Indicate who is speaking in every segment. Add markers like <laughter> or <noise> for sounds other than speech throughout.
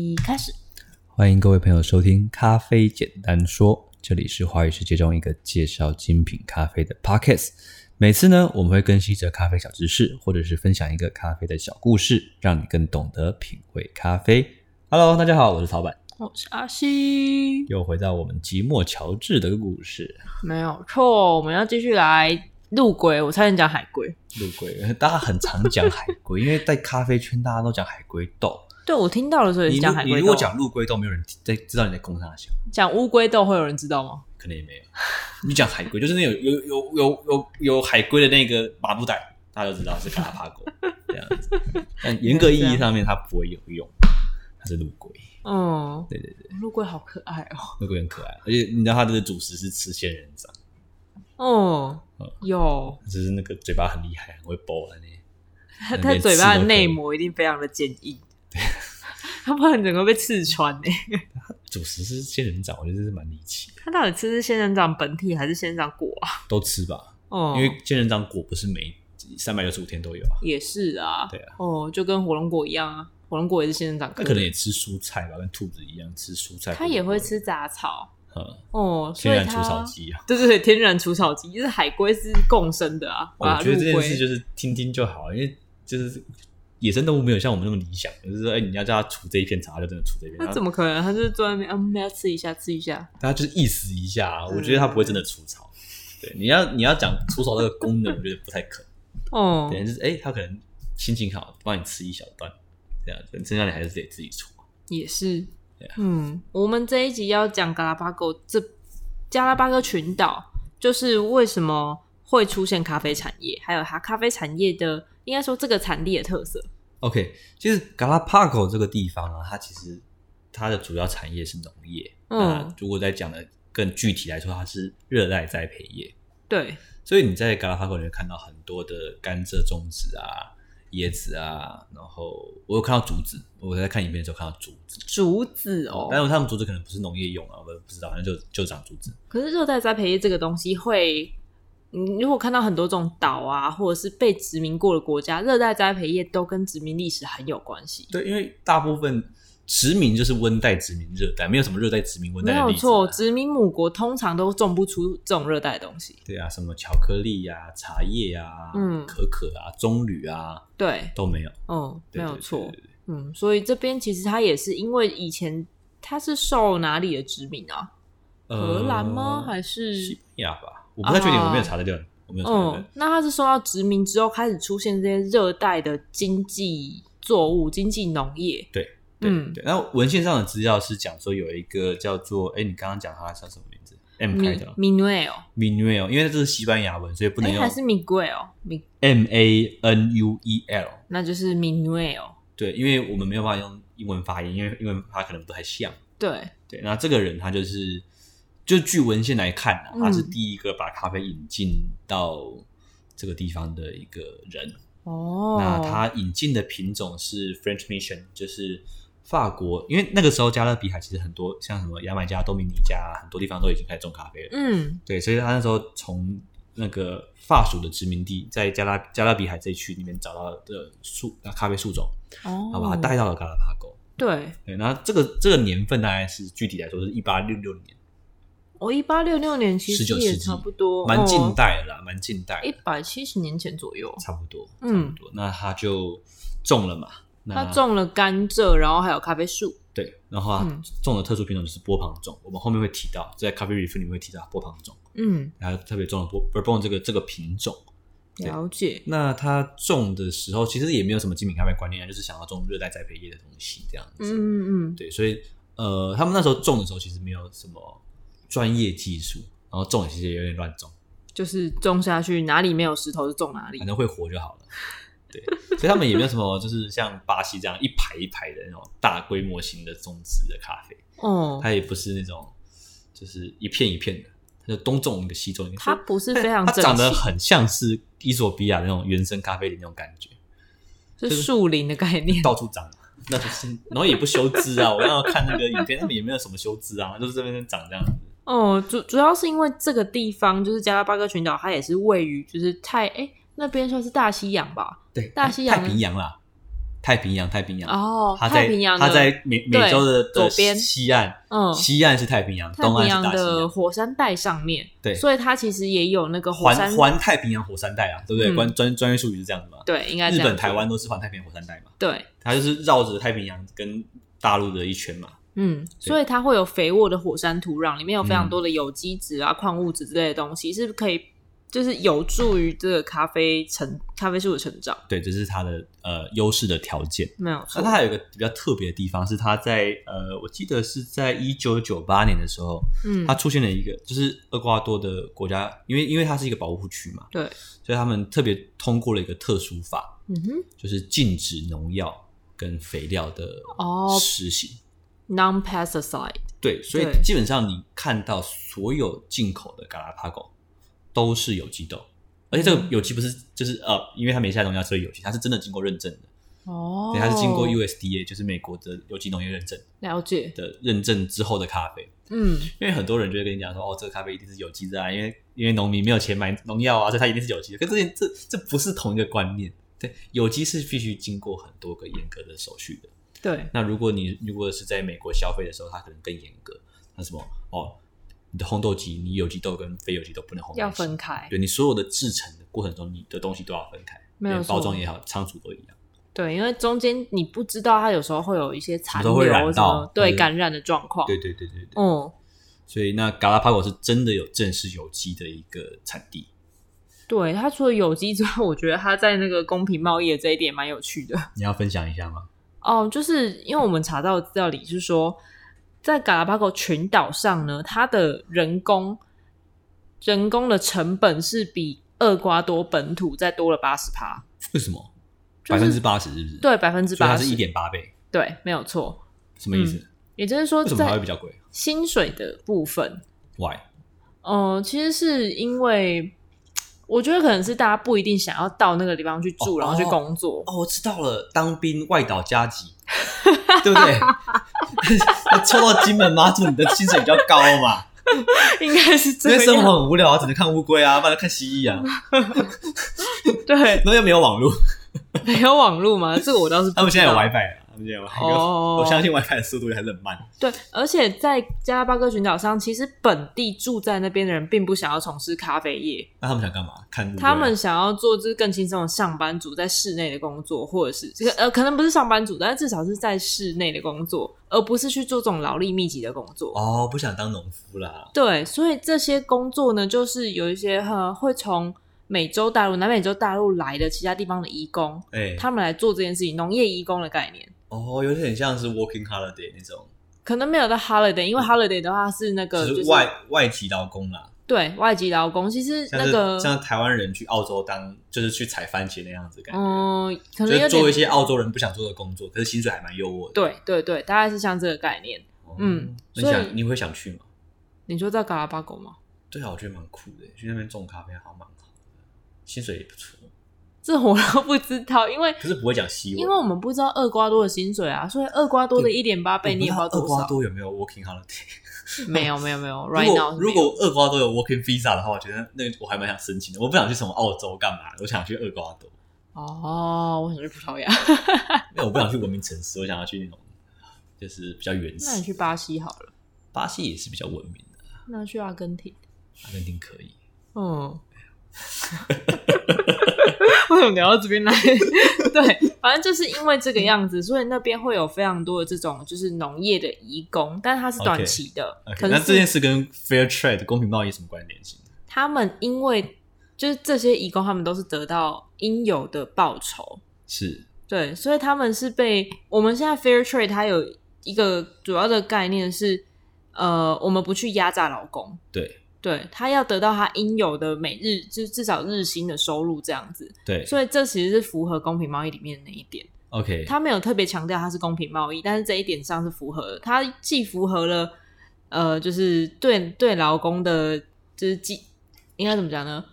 Speaker 1: 一开始，
Speaker 2: 欢迎各位朋友收听《咖啡简单说》，这里是华语世界中一个介绍精品咖啡的 podcast。每次呢，我们会更新一则咖啡小知识，或者是分享一个咖啡的小故事，让你更懂得品味咖啡。Hello，大家好，我是曹板，
Speaker 1: 我是阿西，
Speaker 2: 又回到我们即墨乔治的故事。
Speaker 1: 没有错，我们要继续来陆龟，我差点讲海龟。
Speaker 2: 陆龟， <laughs> 大家很常讲海龟，因为在咖啡圈大家都讲海龟豆。
Speaker 1: 对我听到了，所
Speaker 2: 你
Speaker 1: 以
Speaker 2: 如
Speaker 1: 讲海
Speaker 2: 你
Speaker 1: 龟
Speaker 2: 如果
Speaker 1: 豆。
Speaker 2: 讲陆龟豆，没有人在知道你在攻啥小，
Speaker 1: 讲乌龟豆，会有人知道吗？
Speaker 2: 可能也没有。 <laughs> 你讲海龟，就是那有有有有有有海龟的那个麻布袋，大家就知道是卡拉
Speaker 1: <laughs>
Speaker 2: 帕狗这样子。但严格意义上面，它不会有用，它是陆龟。
Speaker 1: 嗯，
Speaker 2: 对对对，
Speaker 1: 陆龟好可爱哦。
Speaker 2: 陆龟很可爱，而且你知道它的主食是吃仙人掌，
Speaker 1: 哦
Speaker 2: 嗯，
Speaker 1: 有，
Speaker 2: 就是那个嘴巴很厉害，很会剥的那。
Speaker 1: <laughs> 它
Speaker 2: 连
Speaker 1: 它嘴巴的
Speaker 2: 刺都可以
Speaker 1: 内膜一定非常的坚
Speaker 2: <laughs>
Speaker 1: 硬，它不然整个被刺穿呢。
Speaker 2: 主食是仙人掌，我觉得这是蛮离奇的，
Speaker 1: 它到底吃是仙人掌本体还是仙人掌果啊？
Speaker 2: 都吃吧，
Speaker 1: 哦，
Speaker 2: 因为仙人掌果不是每三百六十五天都有啊。
Speaker 1: 也是啊，
Speaker 2: 对啊，
Speaker 1: 哦，就跟火龙果一样啊，火龙果也是仙人掌科
Speaker 2: 那
Speaker 1: 的，
Speaker 2: 可能也吃蔬菜吧，跟兔子一样吃蔬菜。
Speaker 1: 它也会，吃杂草
Speaker 2: 嗯，
Speaker 1: 哦，所
Speaker 2: 天
Speaker 1: 以
Speaker 2: 然除
Speaker 1: 它
Speaker 2: 草剂啊。
Speaker 1: 对对对，天然除草剂，就是海龟是共生的啊，
Speaker 2: 我
Speaker 1: 啊，
Speaker 2: 觉得
Speaker 1: 陆
Speaker 2: 这件事
Speaker 1: 龟
Speaker 2: 就是听听就好，因为就是野生动物没有像我们那么理想，就是说，哎、你要叫它除这一片草，它就真的除这一片。
Speaker 1: 那
Speaker 2: 然
Speaker 1: 怎
Speaker 2: 后
Speaker 1: 么可能？它就是坐在那边，嗯，要吃一下，吃一下，
Speaker 2: 它就是意思一下、啊，我觉得它不会真的除草。对，你要你要讲除草这个功能，我觉得不太可
Speaker 1: 哦
Speaker 2: 能。，对，就是哎、它可能心情好，帮你吃一小段，这样，剩下你还是得自己除。
Speaker 1: 也是
Speaker 2: Yeah，
Speaker 1: 嗯，我们这一集要讲加拉巴狗这加拉巴哥群岛，就是为什么会出现咖啡产业，还有它咖啡产业的，应该说这个产地的特色，
Speaker 2: OK，其实 Galapagos 这个地方啊，它其实它的主要产业是农业。
Speaker 1: 嗯
Speaker 2: 那如果再讲的更具体来说，它是热带栽培业。
Speaker 1: 对，
Speaker 2: 所以你在 Galapagos 你会看到很多的甘蔗种植啊、椰子啊，然后我有看到竹子，我在看影片的时候看到竹子。
Speaker 1: 竹子哦，
Speaker 2: 但是他们竹子可能不是农业用啊，我也不知道，反正就就长竹子。
Speaker 1: 可是热带栽培业这个东西会，你如果看到很多这种岛啊，或者是被殖民过的国家，热带栽培业都跟殖民历史很有关系。
Speaker 2: 对，因为大部分殖民就是温带殖民、热带，没有什么热带殖民、温
Speaker 1: 没
Speaker 2: 带的
Speaker 1: 有
Speaker 2: 例子
Speaker 1: 错，
Speaker 2: 啊。
Speaker 1: 殖民母国通常都种不出这种热带的东西。
Speaker 2: 对啊，什么巧克力呀、茶叶呀、
Speaker 1: 嗯
Speaker 2: 可可啊、棕榈啊
Speaker 1: 对，
Speaker 2: 都没有。
Speaker 1: 嗯，没
Speaker 2: 对
Speaker 1: 有错，。
Speaker 2: 对对对对
Speaker 1: 嗯，所以这边其实它也是因为以前它是受哪里的殖民啊？荷兰吗？
Speaker 2: 呃
Speaker 1: 还
Speaker 2: 西
Speaker 1: 是
Speaker 2: 班牙吧？我不太确定，
Speaker 1: 啊
Speaker 2: 我没有查得掉，我没有查得
Speaker 1: 嗯
Speaker 2: 掉。，
Speaker 1: 那它是受到殖民之后开始出现这些热带的经济作物、经济农业。
Speaker 2: 对
Speaker 1: 嗯
Speaker 2: 对，然后文献上的资料是讲说有一个叫做，哎，你刚刚讲他叫什么名字？M 开
Speaker 1: 米
Speaker 2: 头
Speaker 1: 米内尔，
Speaker 2: ，Manuel，因为这是西班牙文，所以不能
Speaker 1: 哎，
Speaker 2: 用
Speaker 1: 还是米贵哦，米
Speaker 2: M A N U E L。
Speaker 1: 那就是米瑞哦。
Speaker 2: 对，因为我们没有办法用英文发音，因为英文它可能不太像。
Speaker 1: 对，
Speaker 2: 对，那这个人他就是，就据文献来看啊，
Speaker 1: 嗯
Speaker 2: 他是第一个把咖啡引进到这个地方的一个人。
Speaker 1: 哦，
Speaker 2: 那它引进的品种是 French Mission，就是法国，因为那个时候加勒比海其实很多像什么牙买加、多米尼加很多地方都已经开始种咖啡了，
Speaker 1: 嗯
Speaker 2: 对，所以他那时候从那个法属的殖民地在加拉加勒比海这一区里面找到的树咖啡树种，
Speaker 1: 哦，
Speaker 2: 然后把它带到了加拉帕狗。
Speaker 1: 对，
Speaker 2: 对，那这个这个年份大概是具体来说是一八六六年，
Speaker 1: 我哦一八六六年其实
Speaker 2: 19
Speaker 1: 也
Speaker 2: 世纪
Speaker 1: 差不多，哦
Speaker 2: 蛮近代的啦，蛮近代
Speaker 1: 一
Speaker 2: 的，
Speaker 1: 百七十年前左右，
Speaker 2: 差不多，差不
Speaker 1: 嗯
Speaker 2: 多。那他就种了嘛，那
Speaker 1: 他种了甘蔗，然后还有咖啡树。
Speaker 2: 对，然后它
Speaker 1: 嗯
Speaker 2: 种的特殊品种就是波旁种，我们后面会提到，在咖啡 review 里面会提到波旁种，
Speaker 1: 嗯，
Speaker 2: 然后特别种了波 b o u r b o n 这个这个品种。对
Speaker 1: 了解。
Speaker 2: 那它种的时候其实也没有什么精品咖啡观念啊，就是想要种热带栽培业的东西这样
Speaker 1: 嗯
Speaker 2: 子。
Speaker 1: 嗯嗯，
Speaker 2: 对，所以呃，他们那时候种的时候其实没有什么专业技术，然后种也其实也有点乱种，
Speaker 1: 就是种下去哪里没有石头就种哪里
Speaker 2: 反。正会活就好了。对，所以他们也没有什么就是像巴西这样一排一排的那种大规模型的种植的咖啡。
Speaker 1: 哦，
Speaker 2: 它也不是那种就是一片一片的，它就东种一个西种一个。
Speaker 1: 它不是非常
Speaker 2: 它
Speaker 1: 整
Speaker 2: 长得
Speaker 1: 齐
Speaker 2: 很像是伊索比亚那种原生咖啡的那种感觉，
Speaker 1: 是
Speaker 2: 就是
Speaker 1: 树林的概念。
Speaker 2: 到处长。那就是，然后也不修枝啊！我要看那个影片，他们也没有什么修枝啊，就是这边长这样子。
Speaker 1: 哦，主主要是因为这个地方就是加拉巴哥群岛，它也是位于就是太哎、那边算是大西洋吧，
Speaker 2: 对，
Speaker 1: 大西洋
Speaker 2: 太平洋啦，太平洋，太平洋，
Speaker 1: 哦，
Speaker 2: 它在
Speaker 1: 太平洋的
Speaker 2: 它在美美洲的的
Speaker 1: 左边
Speaker 2: 西岸，
Speaker 1: 嗯
Speaker 2: 西岸是太平洋，
Speaker 1: 太
Speaker 2: 东
Speaker 1: 平
Speaker 2: 岸是
Speaker 1: 洋
Speaker 2: 大西
Speaker 1: 的
Speaker 2: 洋，
Speaker 1: 火山带上面，
Speaker 2: 对
Speaker 1: 所以它其实也有那个火山
Speaker 2: 环，环太平洋火山带啊，对不对？
Speaker 1: 嗯
Speaker 2: 专专专业术语是这样子嘛？
Speaker 1: 对，应该
Speaker 2: 日
Speaker 1: 这样
Speaker 2: 本、
Speaker 1: 说
Speaker 2: 台湾都是环太平洋火山带嘛，
Speaker 1: 对，
Speaker 2: 它就是绕着太平洋跟大陆的一圈嘛。
Speaker 1: 嗯，所以它会有肥沃的火山土壤，里面有非
Speaker 2: 嗯
Speaker 1: 常多的有机质啊、矿物质之类的东西，是可以就是有助于这个咖啡成咖啡树的成长，
Speaker 2: 对，这是它的呃优势的条件。
Speaker 1: 没有
Speaker 2: 那
Speaker 1: 错
Speaker 2: 它。还有一个比较特别的地方是，它在呃，我记得是在一九九八年的时候，
Speaker 1: 嗯
Speaker 2: 它，出现了一个，就是厄瓜多的国家，因为因为它是一个保护区嘛，
Speaker 1: 对，
Speaker 2: 所以他们特别通过了一个特殊法，
Speaker 1: 嗯哼
Speaker 2: 就是禁止农药跟肥料的
Speaker 1: 哦
Speaker 2: 实行。
Speaker 1: ，non pesticide，
Speaker 2: 对，所以
Speaker 1: 对
Speaker 2: 基本上你看到所有进口的嘎拉帕狗都是有机豆，而且这个
Speaker 1: 嗯
Speaker 2: 有机不是就是呃，因为它没下农药，所以有机，它是真的经过认证的，
Speaker 1: 哦，
Speaker 2: 对，它是经过 USDA 就是美国的有机农业认证
Speaker 1: 了解，
Speaker 2: 的认证之后的咖啡。
Speaker 1: 嗯，
Speaker 2: 因为很多人就会跟你讲说，哦，这个咖啡一定是有机的啊，因为因为农民没有钱买农药啊，所以它一定是有机的。可是这这这不是同一个观念，对，有机是必须经过很多个严格的手续的。
Speaker 1: 对，
Speaker 2: 那如果你如果是在美国消费的时候，它可能更严格。那什么哦，你的烘豆机，你有机豆跟非有机豆不能烘在一起，
Speaker 1: 要分开，
Speaker 2: 对你所有的制成的过程中，你的东西都要分开，
Speaker 1: 没有
Speaker 2: 连包
Speaker 1: 错
Speaker 2: 装也好，仓储都一样。
Speaker 1: 对，因为中间你不知道它有时候会有一些残
Speaker 2: 都会染
Speaker 1: 留什
Speaker 2: 到
Speaker 1: 么，对
Speaker 2: 对
Speaker 1: 感染的状况，
Speaker 2: 对对对对对。
Speaker 1: 嗯，
Speaker 2: 所以那嘎拉帕狗是真的有正式有机的一个产地。
Speaker 1: 对，它除了有机之外， <laughs> 我觉得它在那个公平贸易的这一点蛮有趣的。
Speaker 2: 你要分享一下吗？
Speaker 1: 哦，就是因为我们查到的资料里是说，在嘎拉巴狗群岛上呢，它的人工人工的成本是比厄瓜多本土再多了八十趴，
Speaker 2: 为什么？
Speaker 1: 就
Speaker 2: 百
Speaker 1: 是
Speaker 2: 分之八十是不是？
Speaker 1: 对，，百分之
Speaker 2: 所以
Speaker 1: 八
Speaker 2: 它是
Speaker 1: 十
Speaker 2: 一，点八倍，
Speaker 1: 对，没有错。
Speaker 2: 什么意思？
Speaker 1: 也就是说，
Speaker 2: 为什么它会
Speaker 1: 在
Speaker 2: 比较贵
Speaker 1: 薪水的部分，
Speaker 2: ？Why？
Speaker 1: 嗯，其实是因为我觉得可能是大家不一定想要到那个地方去住，
Speaker 2: 哦
Speaker 1: 然后去
Speaker 2: 哦
Speaker 1: 工作，
Speaker 2: 哦，我知道了，当兵外岛加急，对不对？ <laughs> 那抽到金门马祖，你的薪水比较高嘛？
Speaker 1: 应该是
Speaker 2: 因
Speaker 1: 这
Speaker 2: 为生
Speaker 1: 样。
Speaker 2: 活很无聊啊，只能看乌龟啊，不然看蜥蜴啊，
Speaker 1: <laughs> 对，
Speaker 2: 那又没有网络，
Speaker 1: 没有网络吗？这个我倒是不
Speaker 2: 他们现在有
Speaker 1: 知道
Speaker 2: WiFi 了，他们现在有 WiFi，、
Speaker 1: 嗯哦
Speaker 2: 我相信 WiFi 的速度还是很慢。
Speaker 1: 对，而且在加拉巴哥群岛上，其实本地住在那边的人并不想要从事咖啡业，
Speaker 2: 那他们想干嘛？看乌龟啊
Speaker 1: 他们想要做就是更轻松的上班族在室内的工作，或者是这个呃，可能不是上班族，但是至少是在室内的工作，而不是去做这种劳力密集的工作。
Speaker 2: 哦，不想当农夫啦，
Speaker 1: 对，所以这些工作呢，就是有一些呃，会从美洲大陆、南美洲大陆来的其他地方的移工，
Speaker 2: 哎、
Speaker 1: 他们来做这件事情，农业移工的概念。
Speaker 2: 哦，有点像是 working holiday 那种，
Speaker 1: 可能没有到 holiday，因为 holiday 的话是那个
Speaker 2: 就
Speaker 1: 就是
Speaker 2: 嗯外、外籍劳工啦。
Speaker 1: 对外籍劳工，其实
Speaker 2: 像
Speaker 1: 那
Speaker 2: 是
Speaker 1: 个
Speaker 2: 像台湾人去澳洲当，就是去采番茄那样子感觉，
Speaker 1: 嗯，可
Speaker 2: 就
Speaker 1: 能有
Speaker 2: 是
Speaker 1: 点
Speaker 2: 做一些澳洲人不想做的工作，可是薪水还蛮优渥的。
Speaker 1: 对对对，大概是像这个概念。
Speaker 2: 哦，
Speaker 1: 嗯
Speaker 2: 你
Speaker 1: 所以
Speaker 2: 想你会想去吗？
Speaker 1: 你说在嘎拉巴狗吗？
Speaker 2: 对啊，我觉得蛮酷的，去那边种咖啡好像蛮好的，薪水也不错，
Speaker 1: 这我 <laughs> 都不知道，因为
Speaker 2: 可是不会讲西文，
Speaker 1: 因为我们不知道厄瓜多的薪水啊，所以厄瓜多的
Speaker 2: 对
Speaker 1: 一点八倍你也不知道
Speaker 2: 厄
Speaker 1: 多
Speaker 2: 瓜
Speaker 1: 少。
Speaker 2: 多有没有 working holiday？
Speaker 1: 没有没有没有
Speaker 2: <laughs> 如
Speaker 1: ，right
Speaker 2: 果
Speaker 1: now
Speaker 2: 如果厄瓜多有 working visa 的话，我觉得那个我还蛮想申请的。我不想去什么澳洲干嘛，我想去厄瓜多，
Speaker 1: 哦，我想去葡萄牙，
Speaker 2: 因为我不想去文明城市，我想要去那种就是比较原
Speaker 1: 那你
Speaker 2: 始。
Speaker 1: 去巴西好了，
Speaker 2: 巴西也是比较文明的，
Speaker 1: 那去阿根廷，
Speaker 2: 阿根廷可以。
Speaker 1: 嗯。 <laughs> 为什么聊到这边来？ <laughs> 对，反正就是因为这个样子，所以那边会有非常多的这种就是农业的移工，但它是短
Speaker 2: OK，
Speaker 1: 期的
Speaker 2: OK，
Speaker 1: 可
Speaker 2: 那
Speaker 1: 能
Speaker 2: 这件事跟 fair trade 公平贸易有什么关联性？
Speaker 1: 他们因为就是这些义工，他们都是得到应有的报酬，
Speaker 2: 是
Speaker 1: 对，所以他们是被我们现在 fair trade 它有一个主要的概念是，呃，我们不去压榨劳工，
Speaker 2: 对
Speaker 1: 对他要得到他应有的每日就至少日薪的收入这样子，
Speaker 2: 对
Speaker 1: 所以这其实是符合公平贸易里面的那一点。
Speaker 2: ，OK，
Speaker 1: 他没有特别强调它是公平贸易，但是这一点上是符合的，它既符合了呃，就是对对劳工的，就是既应该怎么讲呢？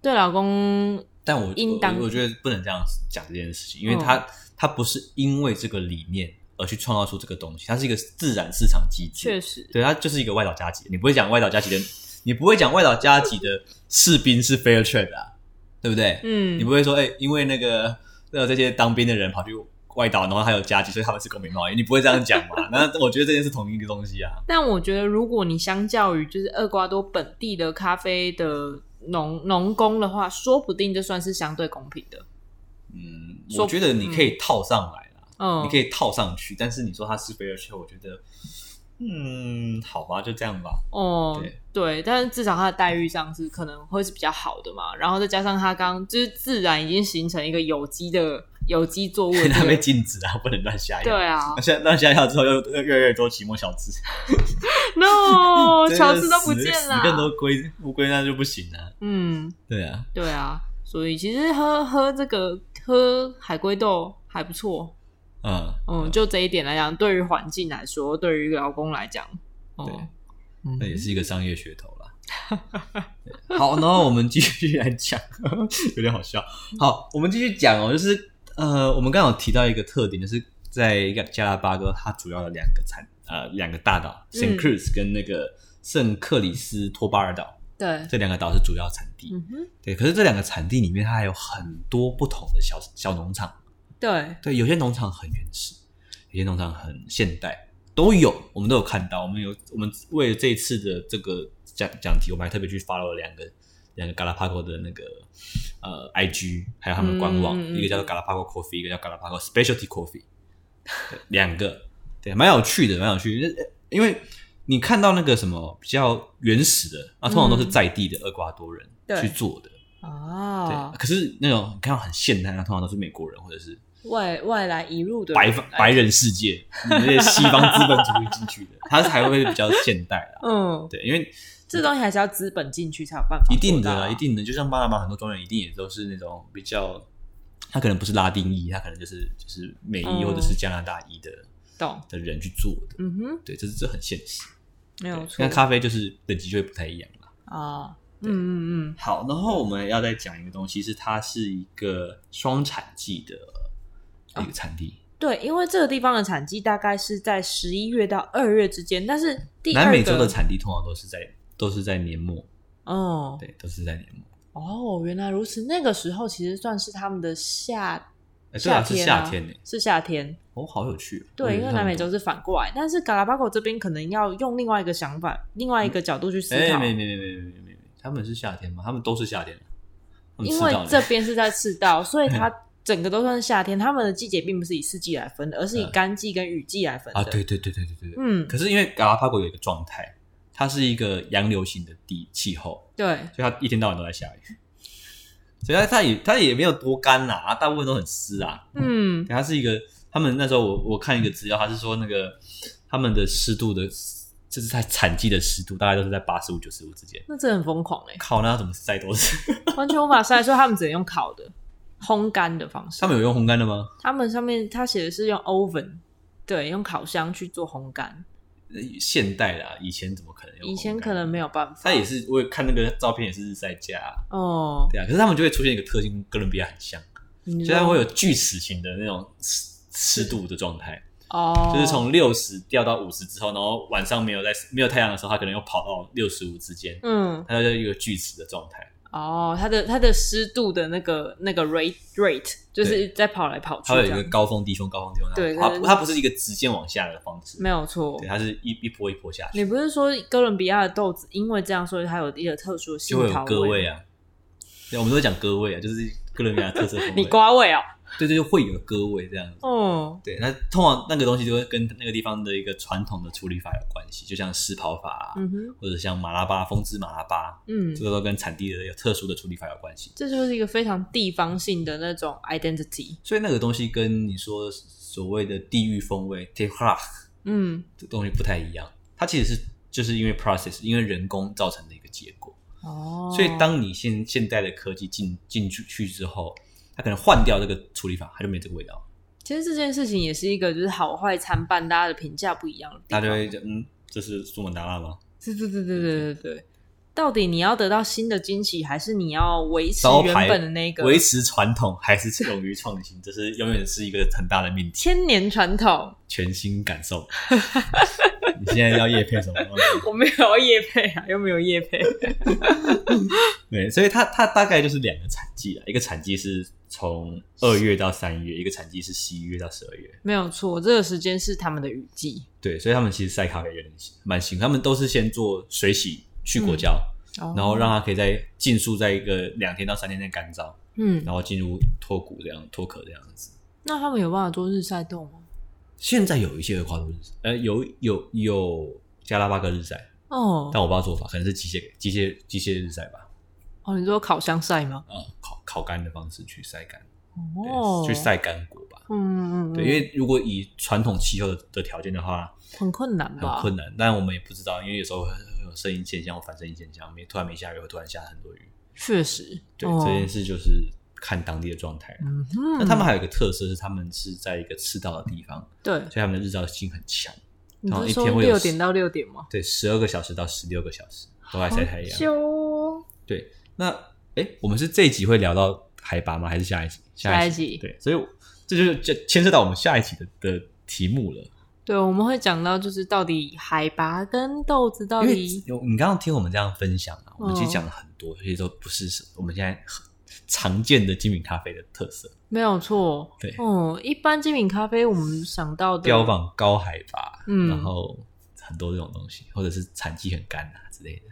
Speaker 1: 对劳工
Speaker 2: 但我
Speaker 1: 应当
Speaker 2: 我我觉得不能这样讲这件事情，因为
Speaker 1: 嗯
Speaker 2: 它、它不是因为这个理念而去创造出这个东西，它是一个自然市场机
Speaker 1: 确
Speaker 2: 制。
Speaker 1: 实
Speaker 2: 对，它就是一个外岛加急，你不会讲外岛加急的，你不会讲外岛加急的士兵是 fair trade 啊，对不对？
Speaker 1: 嗯
Speaker 2: 你不会说哎、因为那个呃这些当兵的人跑去外岛，然后还有加急，所以他们是公平贸易，你不会这样讲嘛？ <laughs> 那我觉得这件是同一个东西啊。
Speaker 1: 但我觉得，如果你相较于就是厄瓜多本地的咖啡的农农工的话，说不定就算是相对公平的。
Speaker 2: 嗯，
Speaker 1: 说
Speaker 2: 我觉得你可以套上来啦，
Speaker 1: 嗯，
Speaker 2: 你可以套上去，但是你说它是非而却，我觉得，嗯，好吧，就这样吧。
Speaker 1: 哦
Speaker 2: 对，
Speaker 1: 对，但是至少他的待遇上是可能会是比较好的嘛。然后再加上他刚就是自然已经形成一个有机的有机作物的这
Speaker 2: <laughs> 它
Speaker 1: 个，
Speaker 2: 被禁止啊，不能乱下药。
Speaker 1: 对
Speaker 2: <laughs>
Speaker 1: 啊
Speaker 2: 那现在乱下药之后，又又越来越多期末小资，
Speaker 1: ，no，
Speaker 2: 真的
Speaker 1: 乔治都不
Speaker 2: 死
Speaker 1: 见
Speaker 2: 死更多
Speaker 1: 了，
Speaker 2: 龟乌龟那就不行了、
Speaker 1: 嗯，
Speaker 2: 对啊，
Speaker 1: 对啊，所以其实喝喝这个喝海龟豆还不错，
Speaker 2: 嗯
Speaker 1: 嗯，就这一点来讲，对于环境来说，对于劳工来讲，哦、
Speaker 2: 对
Speaker 1: 嗯
Speaker 2: 那也是一个商业噱头啦。对好，然后我们继续来讲， <laughs> 有点好笑。好，我们继续讲哦，就是呃，我们刚好提到一个特点，就是在加拉巴哥，它主要有两个产呃两个大岛
Speaker 1: 嗯
Speaker 2: ，Saint Cruz 跟那个圣克里斯托巴尔岛，
Speaker 1: 对，
Speaker 2: 这两个岛是主要产地。
Speaker 1: 嗯哼，
Speaker 2: 对，可是这两个产地里面，它还有很多不同的小小农场。
Speaker 1: 对，
Speaker 2: 对，有些农场很原始，有些农场很现代，都有，我们都有看到。我们有，我们为了这一次的这个讲讲题，我们还特别去 follow 了两个两个 Galapago 的那个呃 IG，还有他们的官网，
Speaker 1: 嗯嗯嗯
Speaker 2: 一个叫做 Galapago Coffee，一个叫 Galapago Specialty Coffee，对两个，对，蛮有趣的，蛮有趣的，呃因为你看到那个什么比较原始的，那、通常都是
Speaker 1: 嗯
Speaker 2: 在地的厄瓜多人
Speaker 1: 对
Speaker 2: 去做的，
Speaker 1: 啊
Speaker 2: 对。，可是那种你看到很现代，那通常都是美国人或者是。
Speaker 1: 外外来移入的
Speaker 2: 白
Speaker 1: 人来
Speaker 2: 白人世界，你那些西方资本主义进去的，它才会比较现代啦。
Speaker 1: 嗯，
Speaker 2: 对，因为
Speaker 1: 这东西还是要资本进去才有办法、啊
Speaker 2: 一定的啦，一。定的，就像巴拿马很多庄园，一定也都是那种比较，它可能不是拉丁裔，它可能就是就是美裔
Speaker 1: 嗯
Speaker 2: 或者是加拿大裔的
Speaker 1: 懂。
Speaker 2: 的人去做的。
Speaker 1: 嗯哼，
Speaker 2: 对，这是这很现实。
Speaker 1: 没有
Speaker 2: 对
Speaker 1: 错。
Speaker 2: 那咖啡就是等级就会不太一样啦。
Speaker 1: 啊，嗯嗯嗯，
Speaker 2: 好，然后我们要再讲一个东西，是它是一个双产季的
Speaker 1: 啊
Speaker 2: 一个产地，
Speaker 1: 对，因为这个地方的产季大概是在十一月到二月之间，但是第二个
Speaker 2: 南美洲的产地通常都是在都是在年末，
Speaker 1: 哦
Speaker 2: 对，都是在年末。
Speaker 1: 哦，原来如此。那个时候其实算是他们的夏
Speaker 2: 哎，对
Speaker 1: 夏
Speaker 2: 啊，是
Speaker 1: 天、
Speaker 2: 夏天呢。
Speaker 1: 是夏天。
Speaker 2: 哦，好有趣哦。我以
Speaker 1: 对，因为
Speaker 2: 他
Speaker 1: 南
Speaker 2: 们
Speaker 1: 美洲是反过来，但是 Galapago 这边可能要用另外一个想法、另外一个角度去思
Speaker 2: 哎、
Speaker 1: 考，
Speaker 2: 没没没没没没没没，他们是夏天吗？他们都是夏天，他们
Speaker 1: 因
Speaker 2: 吃
Speaker 1: 为
Speaker 2: 到嗯了
Speaker 1: 这边是在赤道，所以它整个都算是夏天。他们的季节并不是以四季来分的，而是以
Speaker 2: 嗯
Speaker 1: 干季跟雨季来分的。
Speaker 2: 啊，对对对对对对对。
Speaker 1: 嗯，
Speaker 2: 可是因为嘎拉帕狗有一个状态，它是一个洋流型的地气候，
Speaker 1: 对，
Speaker 2: 所以它一天到晚都在下雨，所以它它也它也没有多干啦、啊，大部分都很湿啊。
Speaker 1: 嗯
Speaker 2: 对，它是一个他们那时候我我看一个资料，它是说那个他们的湿度的，就是在产季的湿度大概都是在八十五九十五之间。
Speaker 1: 那真的很疯狂
Speaker 2: <laughs>
Speaker 1: 哎、
Speaker 2: 靠，那它怎么晒多湿？
Speaker 1: 完全无法晒，所以他们只能用烤的、烘干的方式。
Speaker 2: <laughs> 他们有用烘干的吗？
Speaker 1: 他们上面他写的是用 oven，对，用烤箱去做烘干，
Speaker 2: 呃现代啦，以前怎么可能有烘干？
Speaker 1: 以前可能没有办法。
Speaker 2: 他也是，我有看那个照片也是日晒架啊，
Speaker 1: 哦，
Speaker 2: 对啊。可是他们就会出现一个特性，跟哥伦比亚很像，
Speaker 1: 你
Speaker 2: 就
Speaker 1: 知
Speaker 2: 它
Speaker 1: 道
Speaker 2: 会有锯齿形的那种湿湿度的状态，
Speaker 1: 哦，
Speaker 2: 就是从六十掉到五十之后，然后晚上没有在没有太阳的时候，它可能又跑到六十五之间，
Speaker 1: 嗯
Speaker 2: 它就一个锯齿的状态，
Speaker 1: 哦，它的它的湿度的那个那个 rate rate 就是在跑来跑去
Speaker 2: 它会
Speaker 1: 这
Speaker 2: 有一个
Speaker 1: 样，
Speaker 2: 高峰低峰高峰低峰，
Speaker 1: 对
Speaker 2: 它
Speaker 1: 可能
Speaker 2: 它不是一个直线往下的方式，
Speaker 1: 没有错
Speaker 2: 对，。它啊是一一波一波下
Speaker 1: 你
Speaker 2: 去，
Speaker 1: 不是说哥伦比亚的豆子因为这样，所以它有一个特殊的
Speaker 2: 就会
Speaker 1: 杏
Speaker 2: 有
Speaker 1: 桃
Speaker 2: 各
Speaker 1: 味
Speaker 2: 位
Speaker 1: 吗？
Speaker 2: 啊，对，我们都会讲各位啊，就是哥伦比亚的特色风味，
Speaker 1: <laughs> 你瓜味哦，
Speaker 2: 对对，就会有各位这样子。
Speaker 1: 嗯，
Speaker 2: 对，那通常那个东西就会跟那个地方的一个传统的处理法有关系，就像湿刨法、啊，
Speaker 1: 嗯哼，
Speaker 2: 或者像马拉巴风之马拉巴，
Speaker 1: 嗯
Speaker 2: 这，个都跟产地的有特殊的处理法有关系。
Speaker 1: 这就是一个非常地方性的那种 identity。
Speaker 2: 所以那个东西跟你说所谓的地域风味 t e h r a
Speaker 1: 嗯，
Speaker 2: 这东西不太一样，它其实是就是因为 process，因为人工造成的一个结果。
Speaker 1: 哦，
Speaker 2: 所以当你现现代的科技进进去去之后，它可能换掉这个处理法，它就没这个味道，
Speaker 1: 其实这件事情也是一个就是好坏参半，大家的评价不一样的地
Speaker 2: 大
Speaker 1: 方。
Speaker 2: 家就会觉得嗯，这是苏门答腊吗？
Speaker 1: 对对对对对对对，到底你要得到新的惊喜，还是你要维持
Speaker 2: 招
Speaker 1: 原
Speaker 2: 牌
Speaker 1: 本的那个
Speaker 2: 维持传统还是勇于创新， <laughs> 这是永远是一个很大的命题。
Speaker 1: 千年传统？
Speaker 2: 全新感受， <laughs> 你现在要夜配什么东西？
Speaker 1: 我没有要叶配啊，又没有
Speaker 2: <laughs>
Speaker 1: 叶配。
Speaker 2: 对，所以它它大概就是两个产季啊，一个产季是从二月到三月，一个产季是十一月到十二月。
Speaker 1: 没有错，这个时间是他们的雨季
Speaker 2: 对，所以他们其实晒咖啡有点蛮辛苦，他们都是先做水洗去果胶，
Speaker 1: 哦，
Speaker 2: 然后让它可以在浸宿在一个两天到三天内干燥，
Speaker 1: 嗯，
Speaker 2: 然后进入脱骨这样脱壳这样子。
Speaker 1: 那他们有办法做日晒豆吗？
Speaker 2: 现在有一些的跨度日晒，呃，有有有加拉巴哥日晒，
Speaker 1: 哦
Speaker 2: 但我不知道做法，可能是机械机械机械日晒吧，
Speaker 1: 哦，你说烤箱晒吗？
Speaker 2: 啊、烤烤干的方式去晒干，对
Speaker 1: 哦，
Speaker 2: 去，晒干果吧。
Speaker 1: 嗯嗯嗯，
Speaker 2: 对，因为如果以传统气候的的条件的话，
Speaker 1: 很困难
Speaker 2: 很
Speaker 1: 吧？
Speaker 2: 困难。但我们也不知道，因为有时候会会有声音现象或反声音现象，没突然没下雨，会突然下很多雨。
Speaker 1: 确实，
Speaker 2: 对，
Speaker 1: 哦
Speaker 2: 这件事就是看当地的状态。
Speaker 1: 嗯哼，
Speaker 2: 那他们还有一个特色是，他们是在一个赤道的地方，
Speaker 1: 对，
Speaker 2: 所以他们的日照性很强，
Speaker 1: 你
Speaker 2: 然后
Speaker 1: 不是
Speaker 2: 一
Speaker 1: 说
Speaker 2: 天会有
Speaker 1: 六
Speaker 2: 十
Speaker 1: 点到六点吗？啊
Speaker 2: 对，十二个小时到十六个小时都在晒太阳。
Speaker 1: 好久哦
Speaker 2: 对，那哎，诶我们是这一集会聊到海拔吗？还是下一集？一
Speaker 1: 下一集
Speaker 2: 对，所以这就是这牵涉到我们下一集的的题目了。
Speaker 1: 对，我们会讲到就是到底海拔跟豆子到
Speaker 2: 因为
Speaker 1: 底
Speaker 2: 有你刚刚听我们这样分享啊，我们其
Speaker 1: 嗯
Speaker 2: 实讲了很多，这些都不是我们现在很常见的精品咖啡的特色，
Speaker 1: 没有错。
Speaker 2: 对
Speaker 1: 哦，一般精品咖啡我们想到的
Speaker 2: 标，榜高海拔，
Speaker 1: 嗯
Speaker 2: 然后很多这种东西，或者是产季很干啊之类的。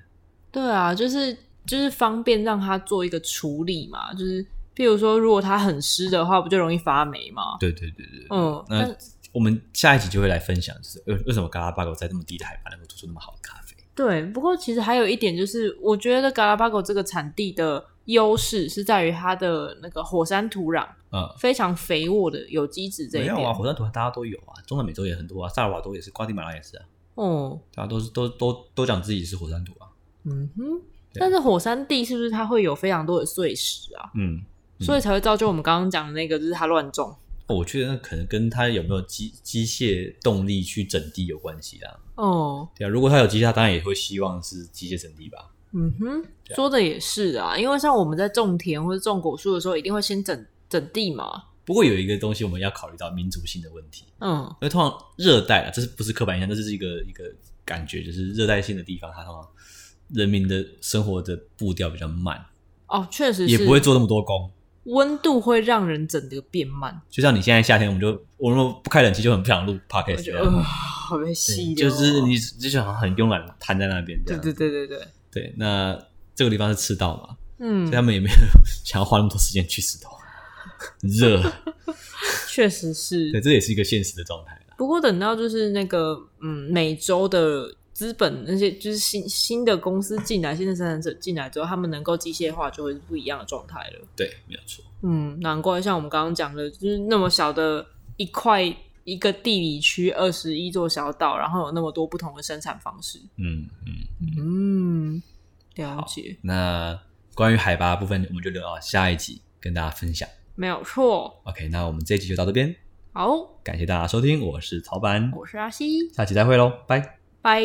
Speaker 1: 对啊，就是就是方便让它做一个处理嘛，就是譬如说如果它很湿的话，不就容易发霉嘛？
Speaker 2: 对对对对，
Speaker 1: 嗯，
Speaker 2: 那
Speaker 1: 但
Speaker 2: 我们下一集就会来分享，就是为为什么嘎拉巴狗在这么低的海拔能够做出那么好的咖啡。
Speaker 1: 对，不过其实还有一点就是，我觉得嘎拉巴狗这个产地的优势是在于它的那个火山土壤
Speaker 2: 嗯，
Speaker 1: 非常肥沃的有机质这一
Speaker 2: 没
Speaker 1: 点。
Speaker 2: 有啊，火山土壤大家都有啊，中南美洲也很多啊，萨尔瓦多也是，瓜地马拉也是啊，
Speaker 1: 哦，
Speaker 2: 大家都是都都都讲自己是火山土啊。
Speaker 1: 嗯哼，
Speaker 2: 对啊
Speaker 1: 但是火山地是不是它会有非常多的碎石啊？
Speaker 2: 嗯，嗯
Speaker 1: 所以才会造就我们刚刚讲的那个，就是它乱种。
Speaker 2: 哦我觉得那可能跟他有没有机机械动力去整地有关系啦。
Speaker 1: 哦，
Speaker 2: 对啊，如果他有机械，他当然也会希望是机械整地吧。
Speaker 1: 嗯哼，
Speaker 2: 对啊
Speaker 1: 说的也是啊，因为像我们在种田或者种果树的时候，一定会先整整地嘛。
Speaker 2: 不过有一个东西我们要考虑到民族性的问题，
Speaker 1: 嗯，
Speaker 2: 因为通常热带啊，这是不是刻板印象？这是一个一个感觉，就是热带性的地方，它通常人民的生活的步调比较慢，
Speaker 1: 哦，确实
Speaker 2: 也
Speaker 1: 是，
Speaker 2: 不会做那么多工。
Speaker 1: 温度会让人整个变慢，
Speaker 2: 就像你现在夏天，我们就我如果不开冷气就很不想录
Speaker 1: 我
Speaker 2: podcast，
Speaker 1: 觉
Speaker 2: 这
Speaker 1: 得、呃、
Speaker 2: 样
Speaker 1: 好被吸哦
Speaker 2: 啊对
Speaker 1: 引。
Speaker 2: 就是你就想很慵懒地瘫在那边这
Speaker 1: 对
Speaker 2: 样。
Speaker 1: 对对对对，
Speaker 2: 对，那这个地方是赤道嘛，
Speaker 1: 嗯
Speaker 2: 所以，他们也没有想要花那么多时间去石
Speaker 1: <laughs>
Speaker 2: 头，很热。
Speaker 1: 确实是
Speaker 2: 对，。这也是一个现实的状态啦。
Speaker 1: 不过等到就是那个嗯，美洲的资本那些就是新新的公司进来，新的生产者进来之后，他们能够机械化，就会是不一样的状态了。
Speaker 2: 对，没有错。
Speaker 1: 嗯，难怪像我们刚刚讲的，就是那么小的一块一个地理区，二十一座小岛，然后有那么多不同的生产方式。
Speaker 2: 嗯嗯，
Speaker 1: 嗯，了解，
Speaker 2: 那关于海拔的部分，我们就留到下一集跟大家分享。
Speaker 1: 没有错。
Speaker 2: OK，那我们这一集就到这边，
Speaker 1: 好，
Speaker 2: 感谢大家收听，我是曹板，
Speaker 1: 我是阿西，
Speaker 2: 下期再会喽，拜。
Speaker 1: 拜。